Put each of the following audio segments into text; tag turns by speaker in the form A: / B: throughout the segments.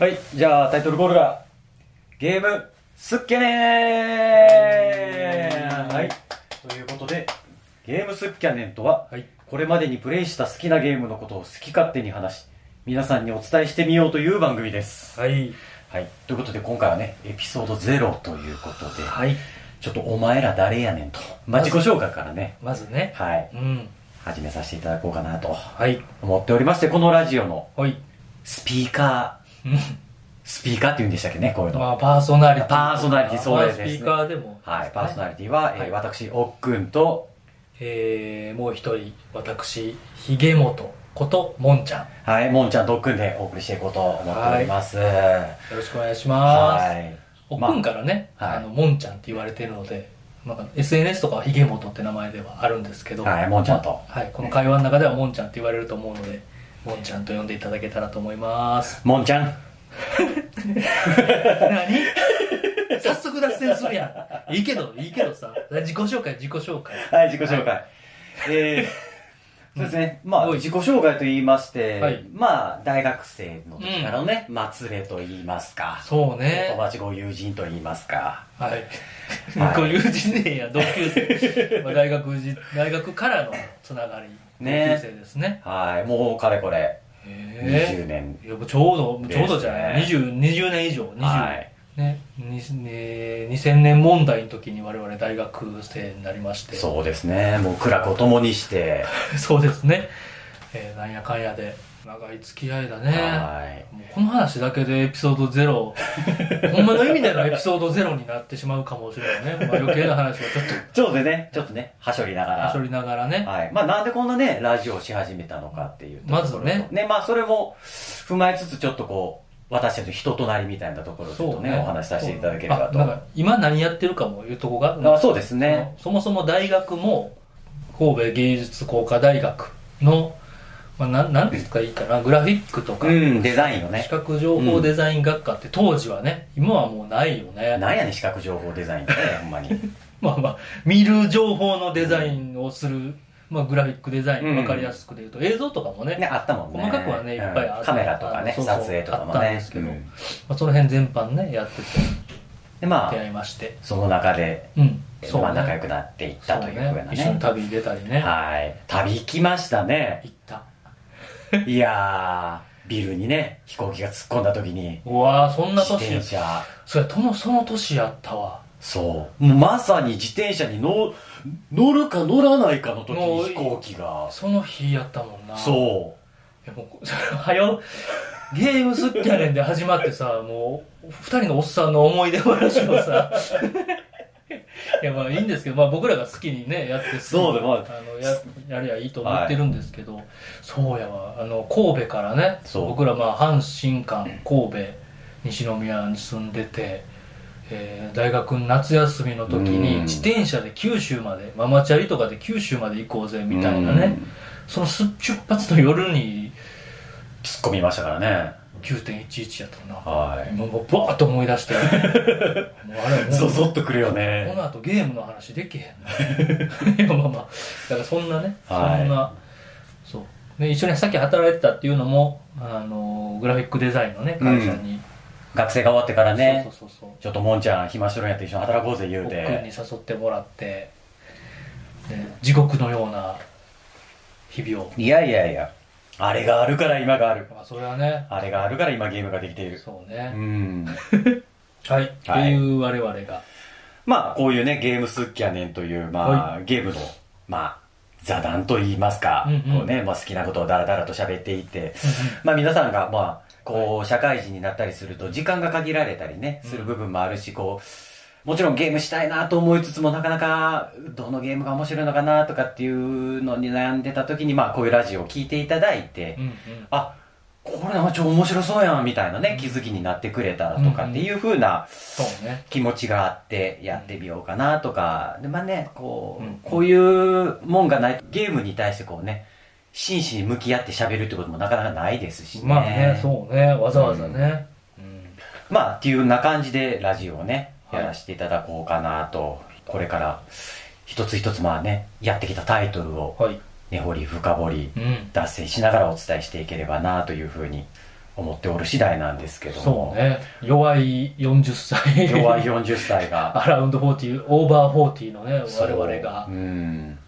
A: はい、じゃあタイトルコールがゲームすっけねーはい、
B: ということで、
A: ゲームすっきゃねんとは、
B: はい
A: これまでにプレイした好きなゲームのことを好き勝手に話し、皆さんにお伝えしてみようという番組です。
B: はい、
A: はい、ということで今回はね、エピソード0ということで、
B: はい、
A: ちょっとお前ら誰やねんと、まあ、自己紹介からね、
B: まずね、
A: はい、
B: うん、
A: 始めさせていただこうかなと
B: はい、
A: 思っておりまして、このラジオの
B: はい、
A: スピーカー、
B: うん
A: スピーカーって言うんでしたっけね、こういうの。
B: まあ、パーソナリティ。
A: パーソナリティそうですね
B: まあスピーカーでも、
A: はい、パーソナ
B: リティ。
A: リティは、えー
B: はい
A: 私、おっくんと、
B: えー、もう一人、私、ひげもとこと、もんちゃん。よ
A: はい、もんちゃんとおっくんでお送りしていこうと思っております。は
B: ろしくお願いし
A: い。
B: ます。おっくん
A: ま
B: からね、
A: はい
B: あの、もんちゃんって言われているので、なんか SNS とかはひげもとって名前ではあるんですけど、
A: はいもんちゃんと
B: はい、この会話の中ではもんちゃんって言われると思うので、もんちゃんと呼んでいただけたらと思います。
A: もんちゃん。
B: 何早速脱線するやんいいけどいいけどさ自己紹介自己紹介
A: はい、自己紹介。えー そうですね。まあ、
B: おい
A: 自己紹介と言いまして、
B: はい
A: まあ、大学生の時からのね、まあ、連れと言いますか、
B: そう
A: お
B: ね
A: 友達ご友人と言いますか、
B: はい
A: はい
B: ご友人ねえや同級生、まあ、大学時大学からのつながり
A: ね
B: 同級生ですね
A: はい、もうかれこれ、20
B: へ
A: 年。
B: えいやもうちょうど
A: です
B: ちょ
A: ね
B: うどじゃない、20, 20年以上20、
A: はい。
B: ねにね2000年問題の時に我々大学生になりまして
A: そうですね。もう苦楽を共にして、
B: そうですね、えーなんやかんやで長い付き合いだね
A: はい。
B: もうこの話だけでエピソード0 ほんまの意味でのエピソード0になってしまうかもしれないね、まあ、余計な話はちょっ
A: ちょっとね、ちょっとね、はしょりなが
B: と
A: ら
B: はし。ょりながらね
A: はい。まあ、なんでこんなね、ラジオをし始めたのかっていうところと
B: まずね
A: ね、まあ、それも踏まえつつ、ちょっとこう、私たちの人となりみたいなところをちょっとね、お話しさせていただければと。
B: あなんか今何やってるかも言うとこが
A: あそうですね。
B: そもそも大学も神戸芸術工科大学の、まあ、なんなんていうかいいかなグラフィックとか、
A: うん、デザインを
B: 視
A: ね。
B: 覚情報デザイン学科って当時はね今はもうないよね
A: なんやねん、視覚情報デザインってね、ほんまに。
B: まあまあ、見る情報のデザインをする、まあ、グラフィックデザイ
A: うん
B: ン、わかりやすくで言うと、映像とかもね、
A: ね、あったもんね。
B: 細かくはねいっぱいあった
A: カメラとかね、
B: そうそう
A: 撮影とかも
B: あったん
A: ね
B: です。けど
A: うん
B: まあ、その辺全般ね、やってて、
A: で、まあ
B: 出、会いまして。
A: その中で、
B: うん、
A: まあ、仲良くなっていったというような
B: そうね一緒に
A: ね。
B: 旅に出たりね、
A: はい。旅行きましたね。
B: 行った。
A: いやー、ビルにね、飛行機が突っ込んだ時に、
B: うわーそんな
A: 自
B: 年
A: 転、車、
B: そうや、とのその年やったわ。
A: そう。もうまさに自転車に乗乗るか乗らないかの時に飛行機が。
B: その日やったもんな。う。
A: そ
B: もう、そ れはよ、ゲームすっきゃねんで始まってさ、もう、二人のおっさんの思い出話をさ、 いやまあいいんですけど、まあ僕らが好きにね、やって、
A: そうだまあ
B: あのややりゃいいと思ってるんですけど、そうやわ、あの、神戸からね、
A: そう
B: 僕らまあ阪神間、神戸、西宮に住んでて、えー大学の夏休みの時
A: う
B: に
A: ん
B: 自転車で九州まで、ママチャリとかで九州まで行こうぜ
A: う。
B: みたいなね、
A: うん。
B: そのす出発の夜に、
A: 突っ込みましたからね。
B: 9.11やったな、
A: は
B: もうもうバーッと思い出し てもうあれはも
A: い。
B: う
A: ゾゾっとくるよ
B: こ
A: ね。
B: の後ゲームの話できへんな いやまあまあだからそんなね、
A: はい
B: そんなそうで一緒にさっき働いてたっていうのもあのグラフィックデザインのね会社に、
A: 学生が終わってからね、
B: そうそうそう
A: ちょっともんちゃん暇しとるんやって一緒に働こうぜ言う
B: 僕に
A: て。
B: 誘ってもらってで地獄のような日々を、
A: いやいやいや。あれがあるから今がある。
B: まあ、それはね
A: あれがあるから今ゲームができている。
B: そう
A: う
B: ね、
A: ん。
B: はいっていう我々が
A: まあ、こういうね、ゲームすっきゃねんという、まあ、ゲームの、まあ、座談と言いますか、
B: うんうん
A: こうね、まあ好きなことをダラダラと喋っていって、まあ皆さんが、まあ、こう、社会人になったりすると、時間が限られたりね、する部分もあるし、こう、もちろんゲームしたいなと思いつつも、なかなか、どのゲームが面白いのかなとかっていうのに悩んでた時に、まあ、こういうラジオを聞いていただいて、
B: うんうん
A: あ、これなんか超面白そうやん、みたいなね、気づきになってくれたらとかっていう風な、
B: そうね
A: 気持ちがあってやってみようかなとか、でまあねこう、
B: うん
A: こういうもんがないゲームに対してこうね真摯に向き合って喋るってこともなかなかないですしね
B: まあねそうねわざわざね、うん
A: まあっていうような感じでラジオをね
B: はい
A: やらせていただこうかなと、これから一つ一つまあね、やってきたタイトルを、
B: はい。
A: 根掘り深掘り、
B: うん。
A: 脱線しながらお伝えしていければなというふうに思っておる次第なんですけど
B: そ
A: も
B: う。ね。弱い40歳。
A: 弱い
B: い。
A: 40歳が。
B: アラウンド40、オーバー40のね、
A: そ
B: 我
A: う
B: 々が
A: う。ん。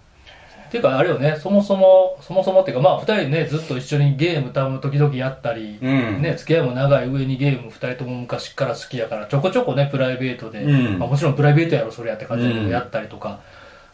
B: っていうか、あれよね、そもそも、そもそもっていうか、まあ、二人ね、ずっと一緒にゲーム多分時々やったり、
A: うん。
B: ね、付き合いも長い上にゲーム二人とも昔から好きやから、ちょこちょこね、プライベートで、
A: うん
B: まあ、もちろんプライベートやろ、それやって感じ
A: うん
B: でやったりとか、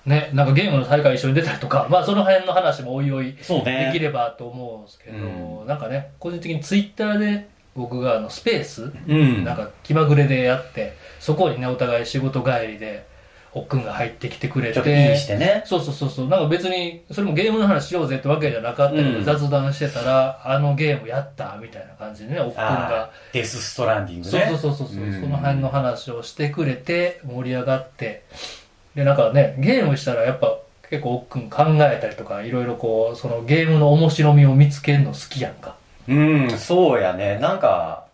B: ね、なんかゲームの大会一緒に出たりとか、まあ、その辺の話もおいおい
A: そうね。
B: できればと思うんですけど、
A: う
B: なんかね、個人的にツイッターで僕があのスペース、
A: うん。
B: なんか気まぐれでやって、そこにね、お互い仕事帰りで、おっくんが入ってきてくれ
A: ちょっといいしてね。
B: そうそうそうそうなんか別にそれもゲームの話しようぜってわけじゃなかったけど、
A: うん
B: 雑談してたらあのゲームやったみたいな感じでねおっくん
A: あ
B: が、
A: ーデスストランディング
B: そう
A: ね。
B: そうそうそう、う
A: うん
B: その辺の話をしてくれて盛り上がってでなんかねゲームしたらやっぱ結構おっくん考えたりとかいろいろこうそのゲームの面白みを見つけるの好きやんか
A: うん、そうやね。なんか、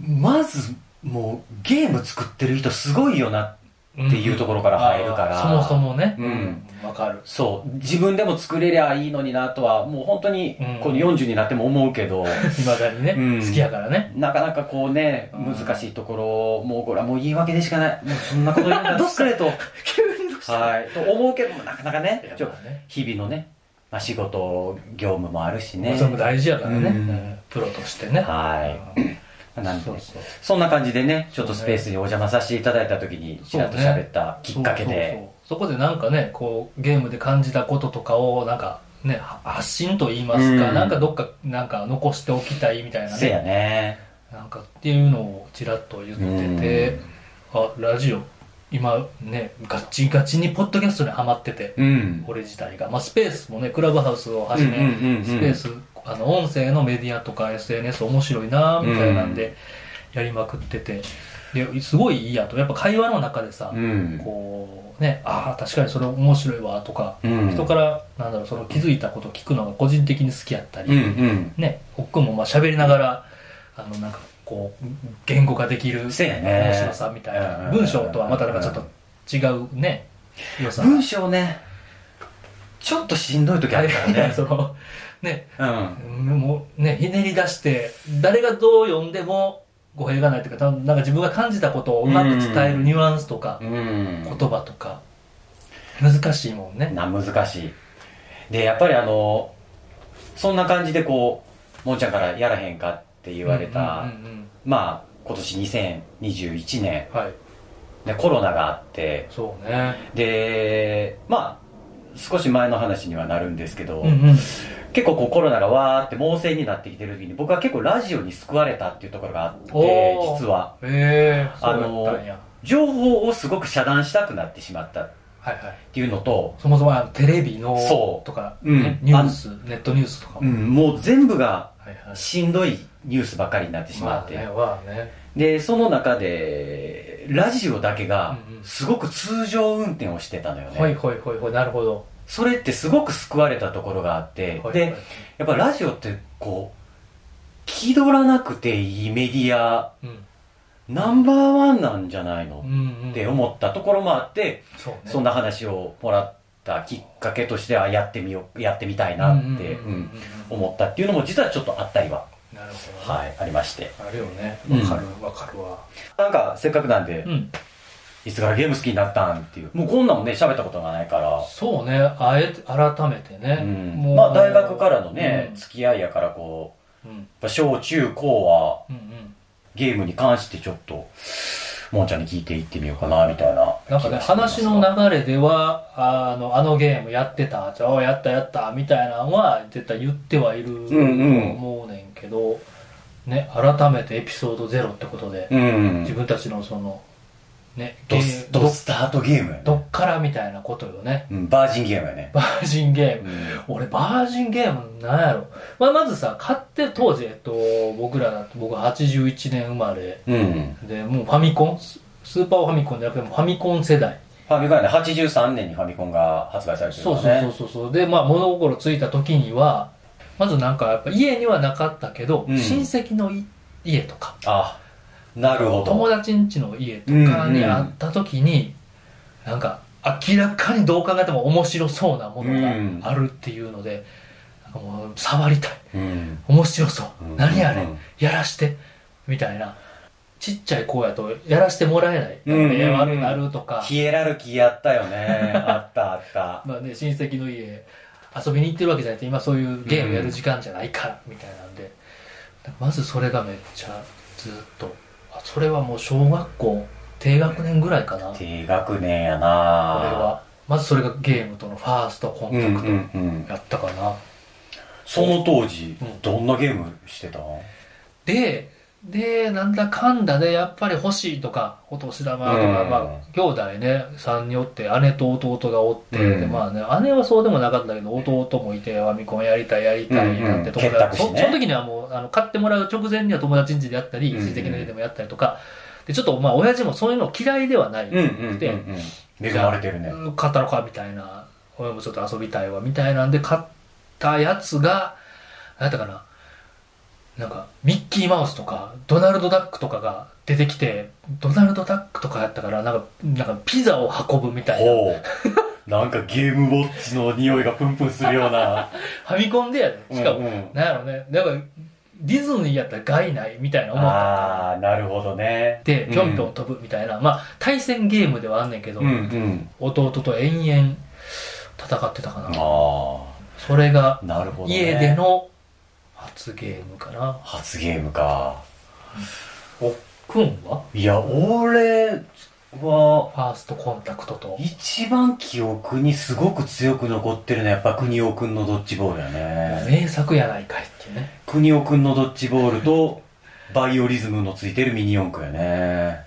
A: まず、もう、ゲーム作ってる人すごいよな。
B: って
A: いうところから入るから
B: そもそもね
A: うん
B: わ、かる
A: そう。自分でも作れりゃいいのになとは、もう本当に
B: うん、
A: この40になっても思うけど、
B: いまだにね、
A: うん
B: 好きやからね
A: なかなかこうね、
B: うん
A: 難しいところ、もうこれはもう言い訳でしかない。もうそんなこと言うん だ、どっかでと。
B: 急にどう
A: はい。と思うけども、なかなかね、ちょ
B: ね
A: 日々のね、まあ、仕事、業務もあるしね。
B: それも大事やからね、
A: うん
B: うんプロとしてね
A: は
B: うん
A: なんで
B: そうそう
A: そんな感じでね、ちょっとスペースにお邪魔させていただいた時に、ちらっと喋ったきっかけ
B: そうそう
A: で。
B: そうそこでなんかねこうゲームで感じたこととかをなんかねは発信と言いますか、
A: うん
B: なんかどっかなんか残しておきたいみたいな
A: せ
B: ね
A: やね。
B: なんかっていうのをちらっと言ってて、あラジオ今ねガッチガチにポッドキャストにはまってて、
A: うん。
B: 俺自体が、まあ、スペースもねクラブハウスをはじめ、
A: うんうんうんうん
B: スペースあの音声のメディアとか SNS 面白いなみたいなんでやりまくってて、ですごいいいやとやっぱ会話の中でさ、
A: うん。
B: こうねああ確かにそれ面白いわとか、
A: うん
B: 人からなんだろうその気づいたことを聞くのが個人的に好きやったり、
A: うんうん。
B: ねほっくんもまあ喋りながらあのなんかこう言語化できる面
A: せやね
B: 白さみたいな、
A: うん
B: 文章とはまたなんかちょっと違うね良さ
A: 文章ね、ちょっとしんどい時あるから
B: いや
A: ね。
B: そのね
A: うん。
B: もうねひねり出して誰がどう読んでも語弊がないというか多分なんか自分が感じたことをうまく伝えるニュアンスとか、
A: うん。
B: 言葉とか難しいもんね
A: な難しいでやっぱりあのそんな感じでこうもんちゃんからやらへんかって言われた、
B: うんうん
A: まあ今年2021年
B: うんはい
A: でコロナがあって
B: そうね
A: でまあ少し前の話にはなるんですけど、
B: うんうん
A: 結構こうコロナがわーって猛省になってきてる時に僕は結構ラジオに救われたっていうところがあって
B: おー
A: 実は
B: ええそう
A: あの
B: やったんや
A: 情報をすごく遮断したくなってしまったっ
B: はいはい
A: ていうのと
B: そもそもあのテレビの
A: そう
B: とか、
A: うん
B: ねニュースネットニュースとかも、
A: うんもう全部が
B: はいはい
A: しんどいニュースばかりになってしまって、
B: まあねはね
A: でその中でラジオだけが
B: うんうん
A: すごく通常運転をしてたのよね、
B: ほいほいほいほいなるほど
A: それってすごく救われたところがあって、
B: ほいほい
A: でやっぱラジオってこう気取らなくていいメディア
B: うん
A: ナンバーワンなんじゃないの
B: う、んうん
A: って思ったところもあって
B: そうね
A: そんな話をもらったきっかけとしてはやってみようやってみたいなって
B: うんうんうんうん
A: うん思ったっていうのも実はちょっとあったりは、
B: なるほど、
A: はい、ありまして
B: あるよね
A: うん
B: わかるわかるわ
A: なんかせっかくなんで、
B: うん
A: いつからゲーム好きになったんっていう。もうこんなんもね、喋ったことがないから。
B: そうねあえて改めてね、
A: うん。まあ大学からのね、
B: うん
A: 付き合いやからこう、
B: うん
A: やっぱ小中高は
B: うんうん
A: ゲームに関してちょっと、もんちゃんに聞いていってみようかな、みたいな。
B: なんかね、話の流れでは、ああの、あのゲームやってた、じゃあやったやった、みたいなのは絶対言ってはいると
A: んうん
B: 思うねんけど、ね、改めてエピソードゼロってことで、
A: うん
B: 自。分たちのその、ね、ゲ
A: ド
B: ー
A: ス、
B: ど
A: ドスタートゲームや
B: ど
A: ね。
B: っからみたいなことよね。
A: うん、バージンゲームやね。
B: バージンゲーム。
A: うん
B: 俺、バージンゲームなんやろ。まあ、まずさ、買って当時、えっと、僕らだと、僕81年生まれ、
A: うん。
B: で、もうファミコンススーパーファミコンじゃなくて、ファミコン世代。
A: ファミコンやね、83年にファミコンが発売されてるか
B: そ
A: ら
B: う
A: ね。
B: そうそうそうそうでまあ物心ついた時にはまずなんかやっぱ家にはなかったけど、
A: うん
B: 親戚のい家とか
A: あ、なるほ
B: 友
A: ど。
B: 達ん家の家とか
A: うんう
B: に
A: ん
B: あった時に、なんか明らかにどう考えても面白そうなものがあるっていうので、なんかもう触りたい
A: うん
B: 面白そう、
A: うん
B: 何あれ、
A: うん
B: やらしてみたいなちっちゃい子やとやらしてもらえない、
A: うんうんうん
B: えー悪くなるとか、
A: ヒエラルキーやったよ ねあったあった
B: まあね、親戚の家遊びに行ってるわけじゃなくて今そういうゲームやる時間じゃないから、みたいなんでまずそれがめっちゃずっとあそれはもう小学校低学年ぐらいかな、これ
A: 低学年やな
B: はまずそれがゲームとのファーストコ
A: う
B: ン
A: ん
B: タ
A: う
B: ク
A: んうん
B: トやったかな、
A: その当時
B: うん
A: どんなゲームしてた
B: で、で、なんだかんだで、やっぱり欲しいとか、お年玉とか、
A: うん
B: まあ、兄弟ね、三人おって、姉と弟がおって、
A: うん
B: で、まあね、姉はそうでもなかったけど、弟もいて、ファミコンやりたい、やりたい、なんてところで、
A: うんうん結託して
B: そ
A: ね
B: その時にはもう、あの、買ってもらう直前には友達ん家でやったり、
A: う
B: 親
A: んうん
B: 戚の家でもやったりとか、で、ちょっとまあ、親父もそういうの嫌いではない。
A: うんうんうん
B: で
A: うん恵まれてるね
B: うん買ったのかみたいな俺もちょっと遊びたいわみたいなんで買ったやつが何だったかななんかミッキーマウスとかドナルド・ダックとかが出てきてドナルド・ダックとかやったからなんかなんかピザを運ぶみたいな
A: ほうなんかゲームウォッチの匂いがプンプンするような
B: ファミコンでやで しかも、
A: うんうん
B: なんやろねだからディズニーやったら害ないみたいな思ったから
A: ああなるほどね
B: でぴょんぴょ
A: うん
B: 飛ぶみたいな、まあ対戦ゲームではあんねんけど、
A: うんうん
B: 弟と延々戦ってたかな、
A: あ
B: それが
A: あなるほどね
B: 家での初ゲームかな
A: 初ゲームか
B: おっくんはい
A: や俺は
B: ファーストコンタクトと
A: 一番記憶にすごく強く残ってるのはやっぱ国尾くんのドッジボールやね
B: 名作やないかいっていうね
A: 国尾くんのドッジボールとバイオリズムのついてるミニ四駆やね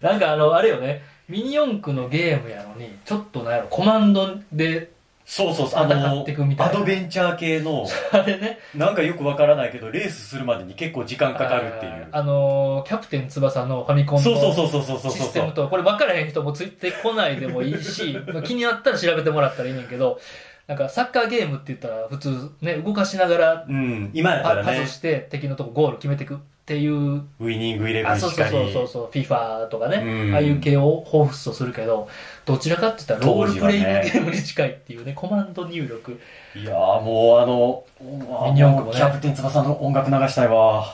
B: なんかあのあれよねミニ四駆のゲームやのにちょっとなんやろコマンドで
A: そうそうそうあ
B: 戦
A: の
B: ってくみたい
A: ア
B: な
A: ドベンチャー系の
B: あれね
A: なんかよくわからないけどレースするまでに結構時間かかるっていう
B: あのーキャプテン翼のファミコンの
A: そうそうそうそうそうそう
B: シ
A: そう
B: ステムとこれ分からへん人もついてこないでもい いしまあ気になったら調べてもらったらいいねんけどなんかサッカーゲームって言ったら普通ね動かしながら
A: うん今やった
B: パ
A: ら
B: パ
A: ね
B: スして敵のとこゴール決めてくっていう
A: ウイニングイレブ
B: あ
A: ン
B: そう
A: し
B: そう
A: か
B: そうそう
A: り
B: そう FIFA とかね、
A: うん
B: ああいう系を彷彿とするけどどちらかって言ったらロールプレイングゲームに近いっていう ねコマンド入力
A: いやーもうあの
B: ミニ四駆
A: も
B: も
A: う
B: ね
A: キャプテン翼の音楽流したいわ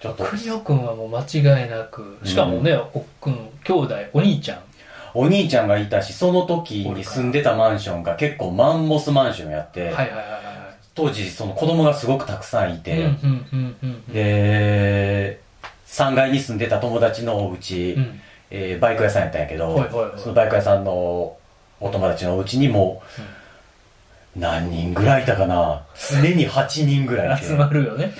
A: ちょっと
B: クリオくんはもう間違いなくしかもね、おっくん兄弟お兄ちゃん
A: お兄ちゃんがいたしその時に住んでたマンションが結構マンモスマンションやって、
B: はいはいはいは
A: 当時その子供がすごくたくさんい
B: い
A: て、
B: うんうんうんうん
A: で3階に住んでた友達のお家、
B: うん
A: えーバイク屋さんやったんやけど、
B: はいはいはい
A: そのバイク屋さんのお友達のうちにもう何人ぐらいいたかな常に8人ぐらいいて
B: 集まるよね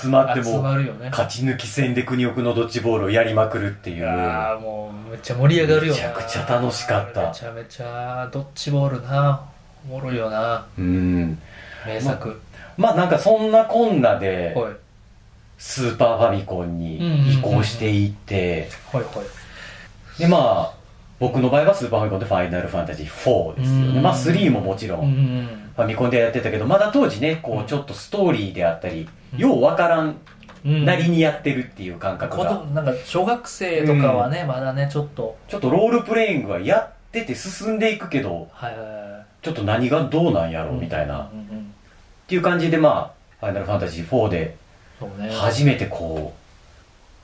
A: 集まって
B: 集
A: も
B: まるよね
A: 勝ち抜き戦で国奥のドッジボールをやりまくるっていう
B: ああもうめっちゃ盛り上がるよな
A: めちゃくちゃ楽しかった
B: めちゃめちゃドッジボールなおもろいよな
A: うん
B: 名作、
A: まあなんかそんなこんなで
B: はい
A: スーパーファミコンに移行していって
B: はいはい
A: でまあ僕の場合はスーパーファミコンで「ファイナルファンタジー4」ですよ
B: うん
A: ねまあ3ももちろ
B: うん
A: ん
B: うんうん
A: ファミコンでやってたけどまだ当時ねこうちょっとストーリーであったり
B: うん
A: ようわからん
B: うん
A: なりにやってるっていう感覚
B: 子供
A: が
B: なんか小学生とかはね、まだねちょっと
A: ちょっとロールプレイングはやってて進んでいくけど
B: はいはいは
A: ちょっと何がどうなんや
B: い
A: ろうみたいな
B: うんうんうん
A: っていう感じでまあ「ファイナルファンタジー4」で
B: そうね
A: 初めてこ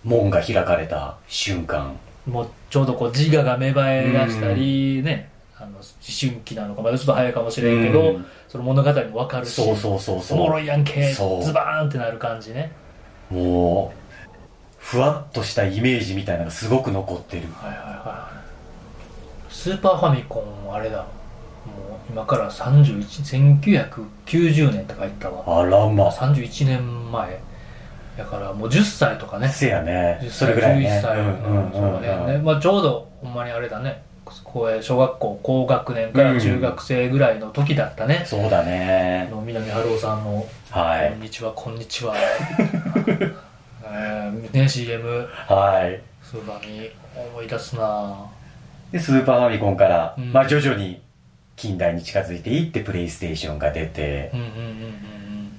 A: う門が開かれた瞬間
B: もうちょうどこう自我が芽生えだしたりね、あの思春期なのかまだちょっと早いかもしれんけど、
A: うん
B: その物語も分かるし
A: そうそうそう
B: おもろ
A: そ
B: いやんけ
A: そう
B: ズバーンってなる感じね
A: うもうふわっとしたイメージみたいなのがすごく残ってる
B: はいはいはいスーパーファミコンもあれだもう今から311990年って書いてたわ
A: あらま
B: 31年前だからもう10歳とかね
A: せやね
B: 10
A: そ
B: 歳
A: れぐらい
B: 11
A: ね
B: 歳
A: うんうん
B: そうの
A: ん
B: 辺
A: う
B: ね
A: ん
B: まあちょうどほんまにあれだねこう小学校高学年から中学生ぐらいの時だったね、
A: そうだ
B: あ
A: ね
B: の南春夫さんの「
A: は
B: こ
A: い
B: んにちはこんにちは」 えーね CM
A: はい
B: スーパーに思い出すな
A: でスーパーファミコンから、
B: うん
A: まあ徐々に近代に近づいていってプレイステーションが出て、
B: うんうんうん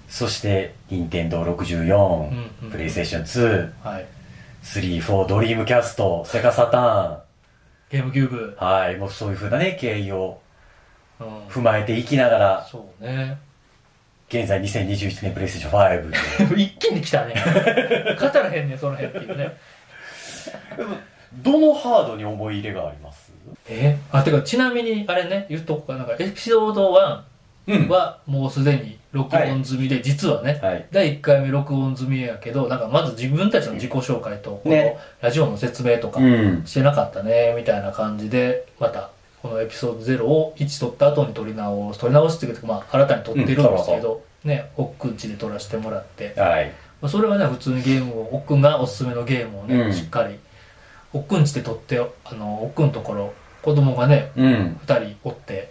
A: そして任天堂64、
B: うんうん
A: プレイステーション2
B: うんはい
A: 3、4、ドリームキャスト、セガサターン、
B: ゲームキューブ。
A: はい、もうそういうふうなね、経緯を
B: うん。
A: 踏まえていきながら、
B: そうね。
A: 現在2021年プレイステーション5。
B: 一気に来たね。 語らへんねん、その辺っていうね。
A: どのハードに思い入れがあります
B: えあ、てか、ちなみに、あれね、言っとこうか。なんか、エピソード
A: う
B: 1は、もうすでに録音済みで、実はね、
A: はい。
B: 第1回目録音済みやけど、なんか、まず自分たちの自己紹介と、こ
A: ね
B: のラジオの説明とか、
A: ん。
B: してなかったね、みたいな感じで、また、このエピソード0を1取った後に取り直す、取り直すっていうか、まあ、新たに取ってるんですけど、ね、おっくんちで取らせてもらって、
A: はい。
B: まあ、それはね、普通にゲームを、おっくんがおすすめのゲームをね、
A: うん
B: しっかり、おっくんちで取って、あの、おっくんのところ、子供がね、
A: うん。
B: 2人おって、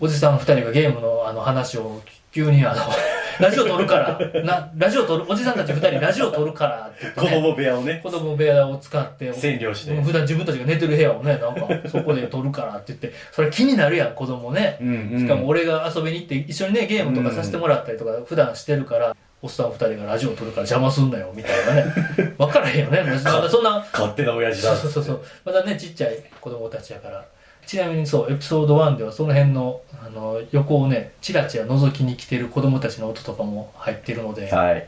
B: おじさん2人がゲームのあの話を急にあの、 ラジオ撮るから、な、ラジオ撮る、おじさんたち2人ラジオ撮るからって言って、
A: 子
B: ね、
A: 供部屋をね、
B: 子供部屋を使って、
A: 占領して。
B: 普段自分たちが寝てる部屋をね、なんか、そこで撮るからって言って、それ気になるやん、子供ね。
A: うん
B: しかも俺が遊びに行って、一緒にね、ゲームとかさせてもらったりとか、普段してるから、おっさん二人がラジオ撮るから邪魔すんなよ、みたいな ね。わからへんよね。まだそんな、
A: 勝手な親父
B: そ
A: だ。
B: うそうそうそう。まだね、ちっちゃい子供たちやから。ちなみにそう、エピソード1ではその辺の、あの、横をね、チラチラ覗きに来てる子供たちの音とかも入ってるので、
A: はい。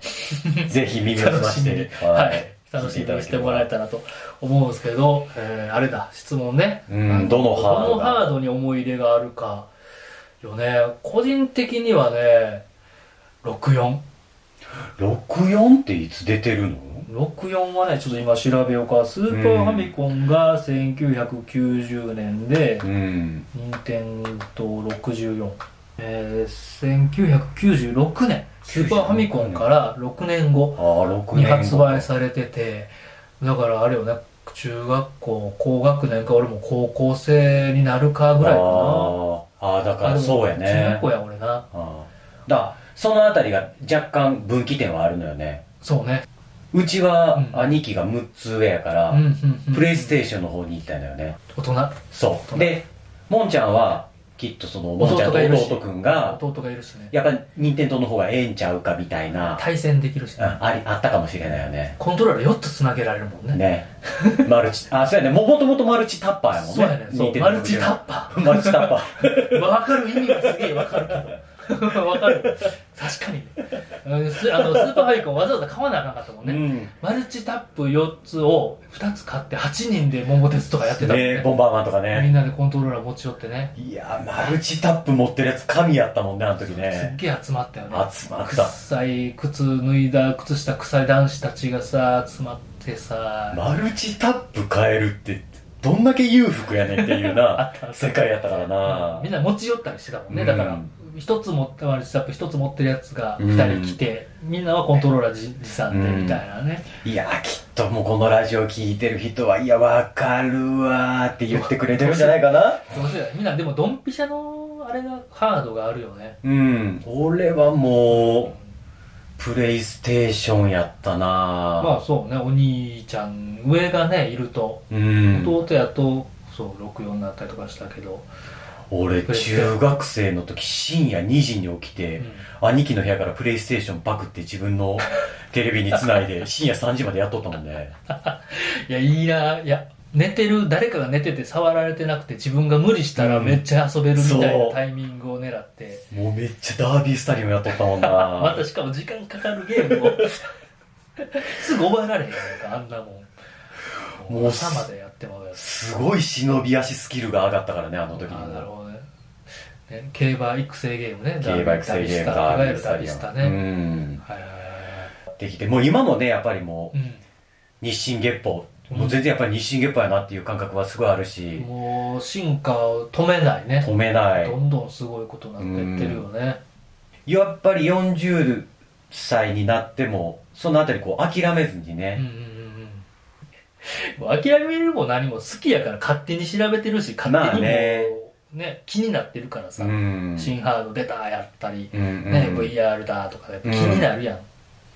A: ぜひ耳を澄ま
B: 楽し
A: し
B: ん
A: て
B: で、、はい、楽しみにしてもらえたらと思うんですけど、えーあれだ、質問ね。
A: うん
B: あの
A: どのハード
B: どの
A: が
B: ハードに思い入れがあるか、よね。個人的にはね、64。
A: 64っていつ出てるの
B: 64はね、ちょっと今調べようか。スーパーファミコンが1990年で、
A: うん。
B: 任天堂64。えー、1996年、スーパーファミコンから6年後。
A: ああ、6
B: に
A: 年後
B: 発売されててだからあれよね中学校高学年か俺も高校生になるかぐらいかな
A: あーあー、だからそうやね。
B: 中学校や俺な
A: ああだからそのあたりが若干分岐点はあるのよね
B: そうね
A: うちは
B: うん
A: 兄貴が6つ上やか
B: う
A: ら、
B: んうんうん
A: プレイステーションの方に行ったのよね
B: 大人
A: そうでもんちゃんはきっとそのもんちゃんと
B: 弟がいるし
A: 弟くんが
B: 弟がいるしね
A: やっぱ任天堂の方がええんちゃうかみたいな、
B: 対戦できるし
A: うん
B: ね
A: ありあったかもしれないよね
B: コントローラー4つつなげられるもんね
A: ねマルチ あそうやねももともとマルチタッパーやもんね
B: そうやねそうマルチタッ
A: パ
B: パ
A: ーマルチタッパ ー
B: ーわかる意味がすげえわかるけど わかる確かにねうんすあのスーパーファイコンわざわざ買わなあかんかったもんね、
A: うん
B: マルチタップ4つを2つ買って8人で桃鉄とかやってたもんね
A: ねボンバーマンとか
B: みん
A: ね
B: なでコントローラー持ち寄ってね
A: いやマルチタップ持ってるやつ神やったもんねあの時
B: すっ
A: ね
B: げえ集まったよね
A: 集まった
B: 臭い靴脱いだ靴下臭い男子たちがさ集まってさ、
A: マルチタップ変えるってどんだけ裕福やねんっていう
B: あ
A: な
B: ったあった
A: 世界やったからな
B: みんな持ち寄ったりしてたもんね、
A: うん
B: だから1つ持ってマルチタップ1つ持ってるやつが
A: うん
B: 2人来て、みんなはコントローラーじ持参でみたいなね、
A: いやきっともうこのラジオ聞いてる人はいやわかるわーって言ってくれてるんじゃないかな
B: どうせだみんなでもドンピシャのあれがハードがあるよね
A: うん俺はもうプレイステーションやったな
B: まあそうねお兄ちゃん上がねいると
A: うん
B: 弟やとそう64になったりとかしたけど、
A: 俺中学生の時深夜2時に起きて、兄貴の部屋からプレイステーションバクって自分 のテレビにつないで深夜3時までやっとったもんね
B: いやいいないや寝てる誰かが寝てて触られてなくて自分が無理したらめっちゃ遊べるみたい
A: そ
B: な
A: う
B: タイミングを狙って、
A: もうめっちゃダービースタリオンやっとったもんな
B: またしかも時間かかるゲームを すぐ覚えられへんやんかあんなもん
A: も
B: もう
A: う
B: 朝までやってもやつ
A: すごい忍び足スキルが上がったからねあの時に
B: あなるほどねね競馬育成ゲームね
A: 競馬育成ゲーム
B: ダ
A: ダービ
B: ービ
A: ー
B: ス
A: ス
B: タい
A: タ
B: わゆるダービ
A: リ
B: ー
A: オ
B: スタ
A: ン、
B: ね、
A: うん
B: はいはいはいは
A: できてもう今もねやっぱりも
B: いう
A: 日進月歩、もう全然やっぱり日進月歩やなっていう感覚はすごいある
B: う
A: し
B: ん、、もう進化を止めないね
A: 止めない
B: どんどんすごいことになってってるよね、
A: やっぱり40歳になってもそのあたりこう諦めずに
B: うんう
A: ね、
B: んうんうんもう諦めるも何も好きやから勝手に調べてるし勝手
A: まあ
B: にもう
A: ね
B: ね気になってるからさ、
A: ん
B: 新ハード出たやったり、
A: うんうん
B: ね VR だとかやっぱ気になるやん、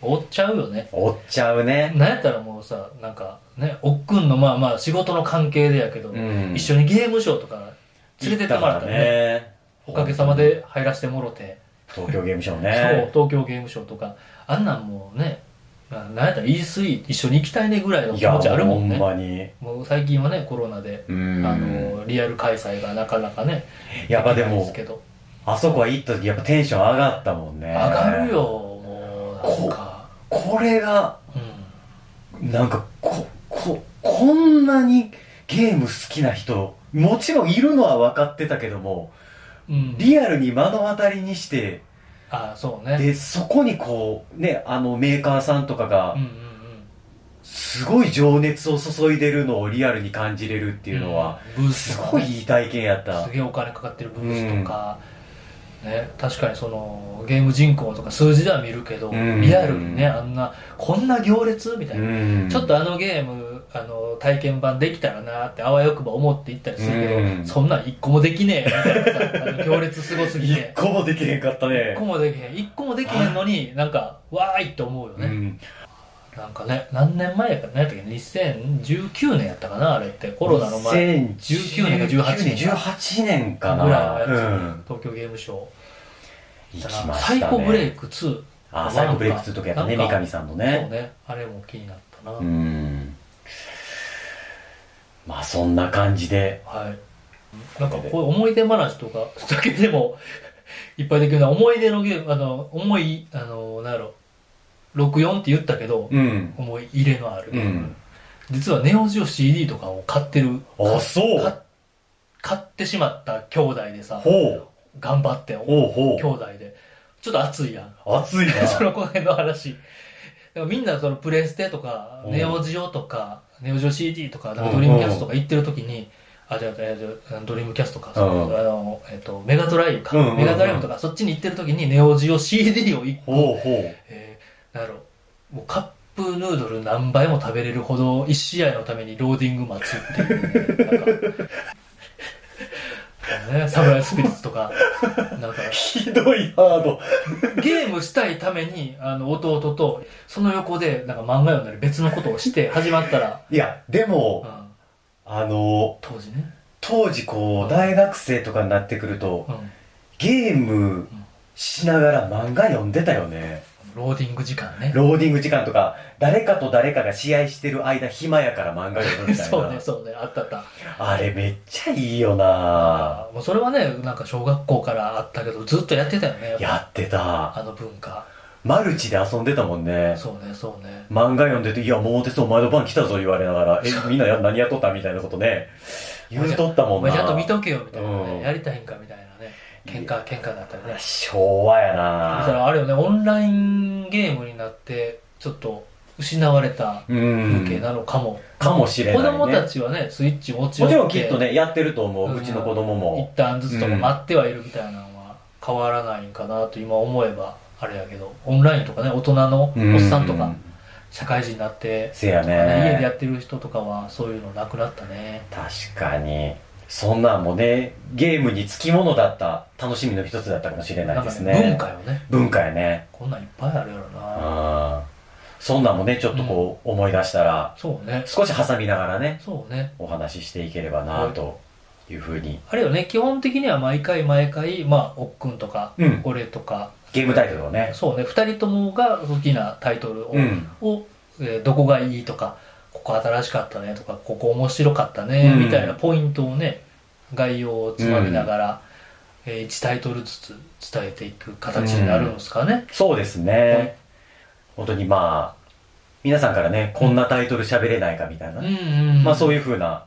B: 追っちゃうよね
A: 追っちゃうね、
B: なんやったらもうさなんかねおっくんのまあまあ仕事の関係でやけど、
A: うん
B: 一緒にゲームショーとか連れてってもらっ
A: 行ったから
B: たね
A: ね
B: おかげさまで入らせてもろて、
A: 東京ゲームショウ
B: そう
A: ね
B: 東京ゲームショーとかあんなんもうねまあなんやったら E3 一緒に行きたいねぐらいの
A: い
B: 気
A: や
B: 持ちあるもんね
A: ほんまに
B: もう最近はねコロナで
A: う
B: あ
A: ん
B: のリアル開催がなかなかね
A: やっぱで
B: きないす
A: も
B: けど
A: あそこは行った時やっぱテンション上がったもんね
B: 上がるよもうなんか
A: これが
B: うん
A: なんかこここんなにゲーム好きな人もちろんいるのは分かってたけども
B: うん
A: リアルに目の当たりにして
B: あそうね
A: でそこにこうねあのメーカーさんとかが
B: うんうん
A: すごい情熱を注いでるのをリアルに感じれるって
B: て
A: いうのは、
B: ブース
A: す
B: とか
A: ご
B: ね
A: いいい体験やった
B: すげえお金かかってるブースとか、ね、確かにそのゲーム人口とか数字では見るけど、
A: うん
B: リアルにねあんなこんな行列みたいな、
A: うん
B: ちょっとあのゲームあの体験版できたらなってあわよくば思って行ったりするけど、
A: うん
B: そんなん一個もできねえみたいなさあの行列すごすぎ
A: 一
B: て
A: 個もできへんかったね
B: 一個もできへん一個もできへんのになんかわーいって思うよ
A: う
B: ね、
A: ん
B: なんかね何年前やから何やったっけ2019年やったかなあれってコロナの前
A: 2019
B: 19年か18年か
A: 18年
B: ぐ
A: から
B: い
A: な
B: はやつ、
A: うん
B: 東京ゲームショウ
A: 行き
B: だ
A: ま
B: か
A: した
B: ら
A: ね
B: サイコブレイク2、
A: あサイコブレイク2とかやったね
B: な
A: 三
B: んか
A: 上さんの
B: そう
A: ね
B: ねあれも気になったな、
A: うんまあそんな感じで
B: はいなんかこういう思い出話とかだけでも いっぱいできるな思い出のゲームあの思いあのなんやろ64って言ったけど、
A: うん
B: 思い入れのある、
A: うん
B: 実はネオジオ CD とかを買ってる
A: あそう
B: か買ってしまった兄弟でさ
A: ほう
B: 頑張って兄
A: ほうほう
B: 弟でちょっと熱いやん
A: 熱い
B: そ
A: な
B: のこの辺の話。だからみんなそのプレステとか、
A: うん
B: ネオジオとか、ネオジオ CD とか、なん
A: う
B: か
A: ん
B: ドリームキャストとか行ってる時に、あ、じゃあ、えーじゃあドリームキャストか、
A: うん
B: あの、えっ、と、メガドライブか、
A: うんうんうん
B: メガドライブとか、そっちに行ってる時にネオジオ CD を一個、
A: ほうほ
B: えー、なんやろう、もうカップヌードル何倍も食べれるほど、一試合のためにローディング待つっていうね、なんか。 ね、サムライスピリッツとか、なんか
A: う、ひどいハード
B: ゲームしたいために、あの、弟と、その横で、なんか漫画読んだり別のことをして、始まったら、
A: いやで
B: う
A: も
B: ん、
A: あの
B: 当時ね。
A: 当時こ
B: うん
A: う大学生とかになってくると
B: うん。
A: ゲームしながら漫画読んでたよね
B: ローディング時間ね。
A: ローディング時間とか誰かと誰かが試合してる間暇やから漫画読むみたいな
B: そうね、そうね、あったあった。
A: あれめっちゃいいよな
B: あもうそれはね、なんか小学校からあったけど、ずっとやってたよね。
A: やってた
B: あの文化。
A: マルチで遊んでたもんね
B: そうね、そうね。
A: 漫画読んでて「いや桃鉄お前の番来たぞ」言われながら「えみんなや何やっとった?」みたいなことね言うとったも
B: お
A: ん
B: 前ちゃんと
A: な
B: 見とけよ、みたいなね。
A: うん
B: やりたいんか、みたいなね。喧嘩、喧嘩だったりね。
A: 昭和や
B: だか
A: な
B: らあれよね、オンラインゲームになって、ちょっと失われた
A: う
B: 風景
A: ん
B: なのかも。
A: かもしれない、
B: 子
A: ね、
B: 供たちはねスイッチ持ち
A: もち
B: 寄って
A: ろんきっとねやってると思う、
B: うん
A: うちの子供
B: 一
A: も
B: 旦ずつとか待ってはいるみたいなのは変わらないんかなと今思えばあれやけどオンラインとかね大人のおっさんと
A: う
B: か社会人になって、
A: せやね
B: 家でやってる人とかはそういうのなくなったね
A: 確かにそんなんもねゲームにつきものだった楽しみの一つだったかもしれないですね
B: なんかね文化よね
A: 文化やね
B: こんなんいっぱいあるやろな
A: うんそんなんもねちょっとこう思い出したら、
B: そうね
A: 少し挟みながらね
B: そうね
A: お話ししていければなというふうに
B: あれよね基本的には毎回毎回まあおっくんとか、
A: うん
B: 俺とか
A: ゲームタイトルをね
B: そうね2人ともが好きなタイトルを、
A: うん
B: を、えーどこがいいとかここ新しかったねとかここ面白かったね、
A: うん
B: みたいなポイントをね概要をつまみながら、え1タイトルずつ伝えていく形になるんですかね、
A: そうですね本当にまあ皆さんからねこんなタイトル喋れないかみたいな、
B: うんうん
A: まあそう
B: いう
A: いうふうな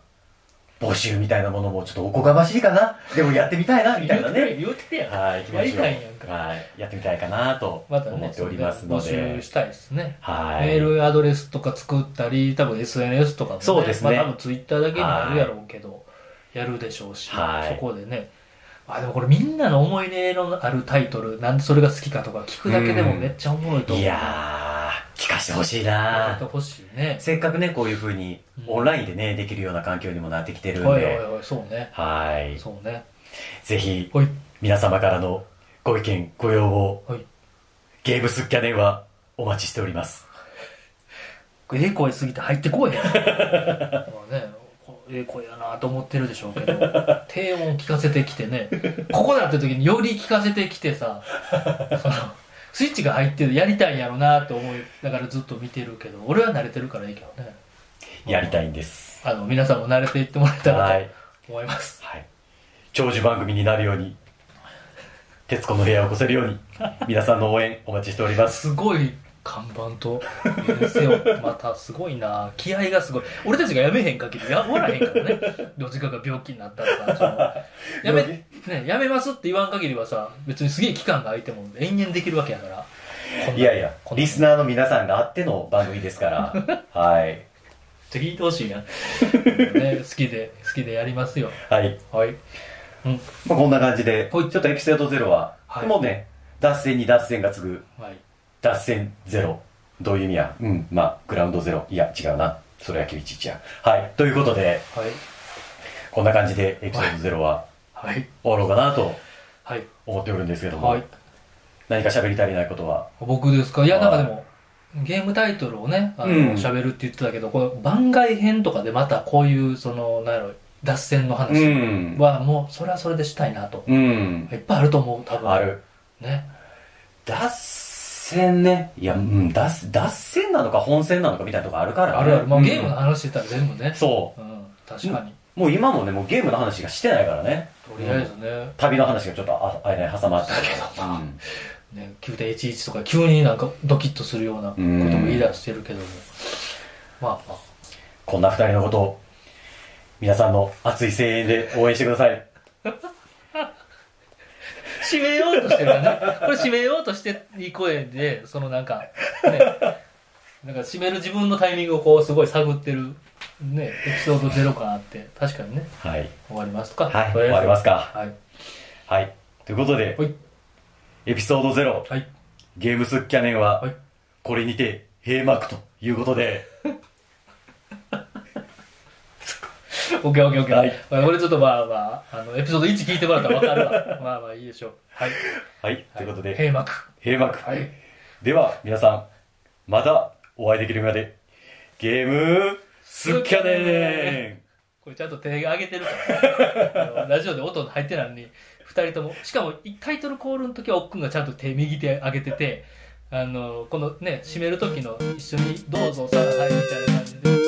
A: 募集みたいなものもちょっとおこがましいかなでもやってみたいなみたいなね
B: 言うてるやん
A: はい、行きましょう。
B: やりたいんやんか
A: はい、やってみたいかなと
B: またね
A: 思っておりますの
B: それ募
A: で
B: 集。したいですね
A: はい。
B: メールアドレスとか作ったり多分 SNS とかも、ね、
A: そうですね
B: まあ、多分ツイッターだけになるやろうけどやるでしょうし、
A: はい
B: そこでねあでもこれみんなの思い出のあるタイトルなんでそれが好きかとか聞くだけでもめっちゃおもろいと思う、
A: いやー、聞かせてほしい
B: やっ
A: な
B: てほしいね
A: せっかくね、こういうふうにオンラインでね、できるような環境にもなってきてるん
B: おいおい
A: で、
B: おいそうね
A: はい。
B: そうね
A: ぜひ、
B: ほい
A: 皆様からのご意見、ご要望、
B: ほい
A: ゲームスキャネンはお待ちしております。
B: ええ声すぎて入ってこえへんまあねこええ声やなと思ってるでしょうけど低音聞かせてきてねここだって時により聞かせてきてさそのスイッチが入ってるやりたいんやろなと思いだからずっと見てるけど俺は慣れてるからいいけどね
A: やりたいんです。
B: あの皆さんも慣れていってもらえた
A: は
B: ら
A: い。
B: と思います、
A: はい。長寿番組になるように、徹子の部屋を起こせるように、皆さんの応援お待ちしており ます。
B: すごい看板と先生をまたすごいな気合がすごい俺たちがやめへん限りや終わらへんからねどっちかが病気になったとかそのやめ,、ね、やめますって言わん限りはさ別にすげえ期間が空いても延々できるわけやからこんない
A: やいや
B: こ、んな
A: リスナーの皆さんがあっての番組です から、はい。
B: じゃあ聞いてほしいな、ね、好きで好きでやりますよ
A: はい。
B: はいうん
A: まあ、こんな感じで、ち
B: は
A: ょ
B: い
A: っとエピソード0は、
B: はい
A: もうね、脱線に脱線が次ぐ、
B: はい
A: 脱線ゼロ。どういう意味やうん、まあ、グラウンドゼロ。いや、違うな。それは911や。はい。ということで、
B: はい
A: こんな感じでエピソードゼロは
B: はい
A: 終わろうかなと
B: はい
A: 思っておるんですけども、
B: はい
A: 何か喋り足りないことは、
B: 僕ですかいや、
A: はい
B: なんかでも、ゲームタイトルをね、あの
A: うん
B: 喋、るって言ってたけど、この番外編とかでまたこういう、その、なんやろ、脱線の
A: う
B: 話
A: ん。
B: は、もう、それはそれでしたいなと。
A: うん。
B: いっぱいあると思う、多分。
A: あ。る。
B: ね。
A: 脱線ね。いや、うん、脱、脱線なのか本線なのかみたいなとこあるから、ね。
B: あるある。まあ、
A: うん
B: ゲームの話してたら全部ね。
A: そ
B: うん、確かに。
A: う。もう今もね、もうゲームの話がしてないからね。
B: とりあえずね、
A: 旅の話がちょっとあ、あれね、挟まって
B: だけど
A: う
B: まあ、
A: ん
B: ね、9.11とか急になんかドキッとするようなことも言い出してるけども。まあまあ、
A: こんな二人のことを、皆さんの熱い声援で応援してください。
B: 締めようとしてるからね。これ締めようとしていい声で、そのなんか、ね、なんか締める自分のタイミングをこうすごい探ってる、ね、エピソードゼロ感あって、確かにね、
A: はい。
B: 終わりますか。
A: はい、
B: とり
A: 終
B: あえず
A: わりますか。
B: はい。
A: はい。ということで、
B: ほい。
A: エピソード0、
B: はい。
A: ゲームスッキャネンは
B: はい、
A: これにて閉幕ということで、
B: オッケーオッケーオッケー。
A: はい
B: まあこれちょっとまあまあ、あの、エピソード1聞いてもらったらわかる わ。まあまあいいでしょう。はい。
A: はい。ということで、
B: 閉幕。
A: 閉幕。
B: はい。
A: では、皆さん、またお会いできるまで、ゲームスッキャネン
B: これちゃんと手が上げてるから、ね、あのラジオで音入ってないのに二人ともしかもタイトルコールの時はおっくんがちゃんと手右手上げててあのこのね締める時の一緒に「どうぞさあはい」みたいな感じで。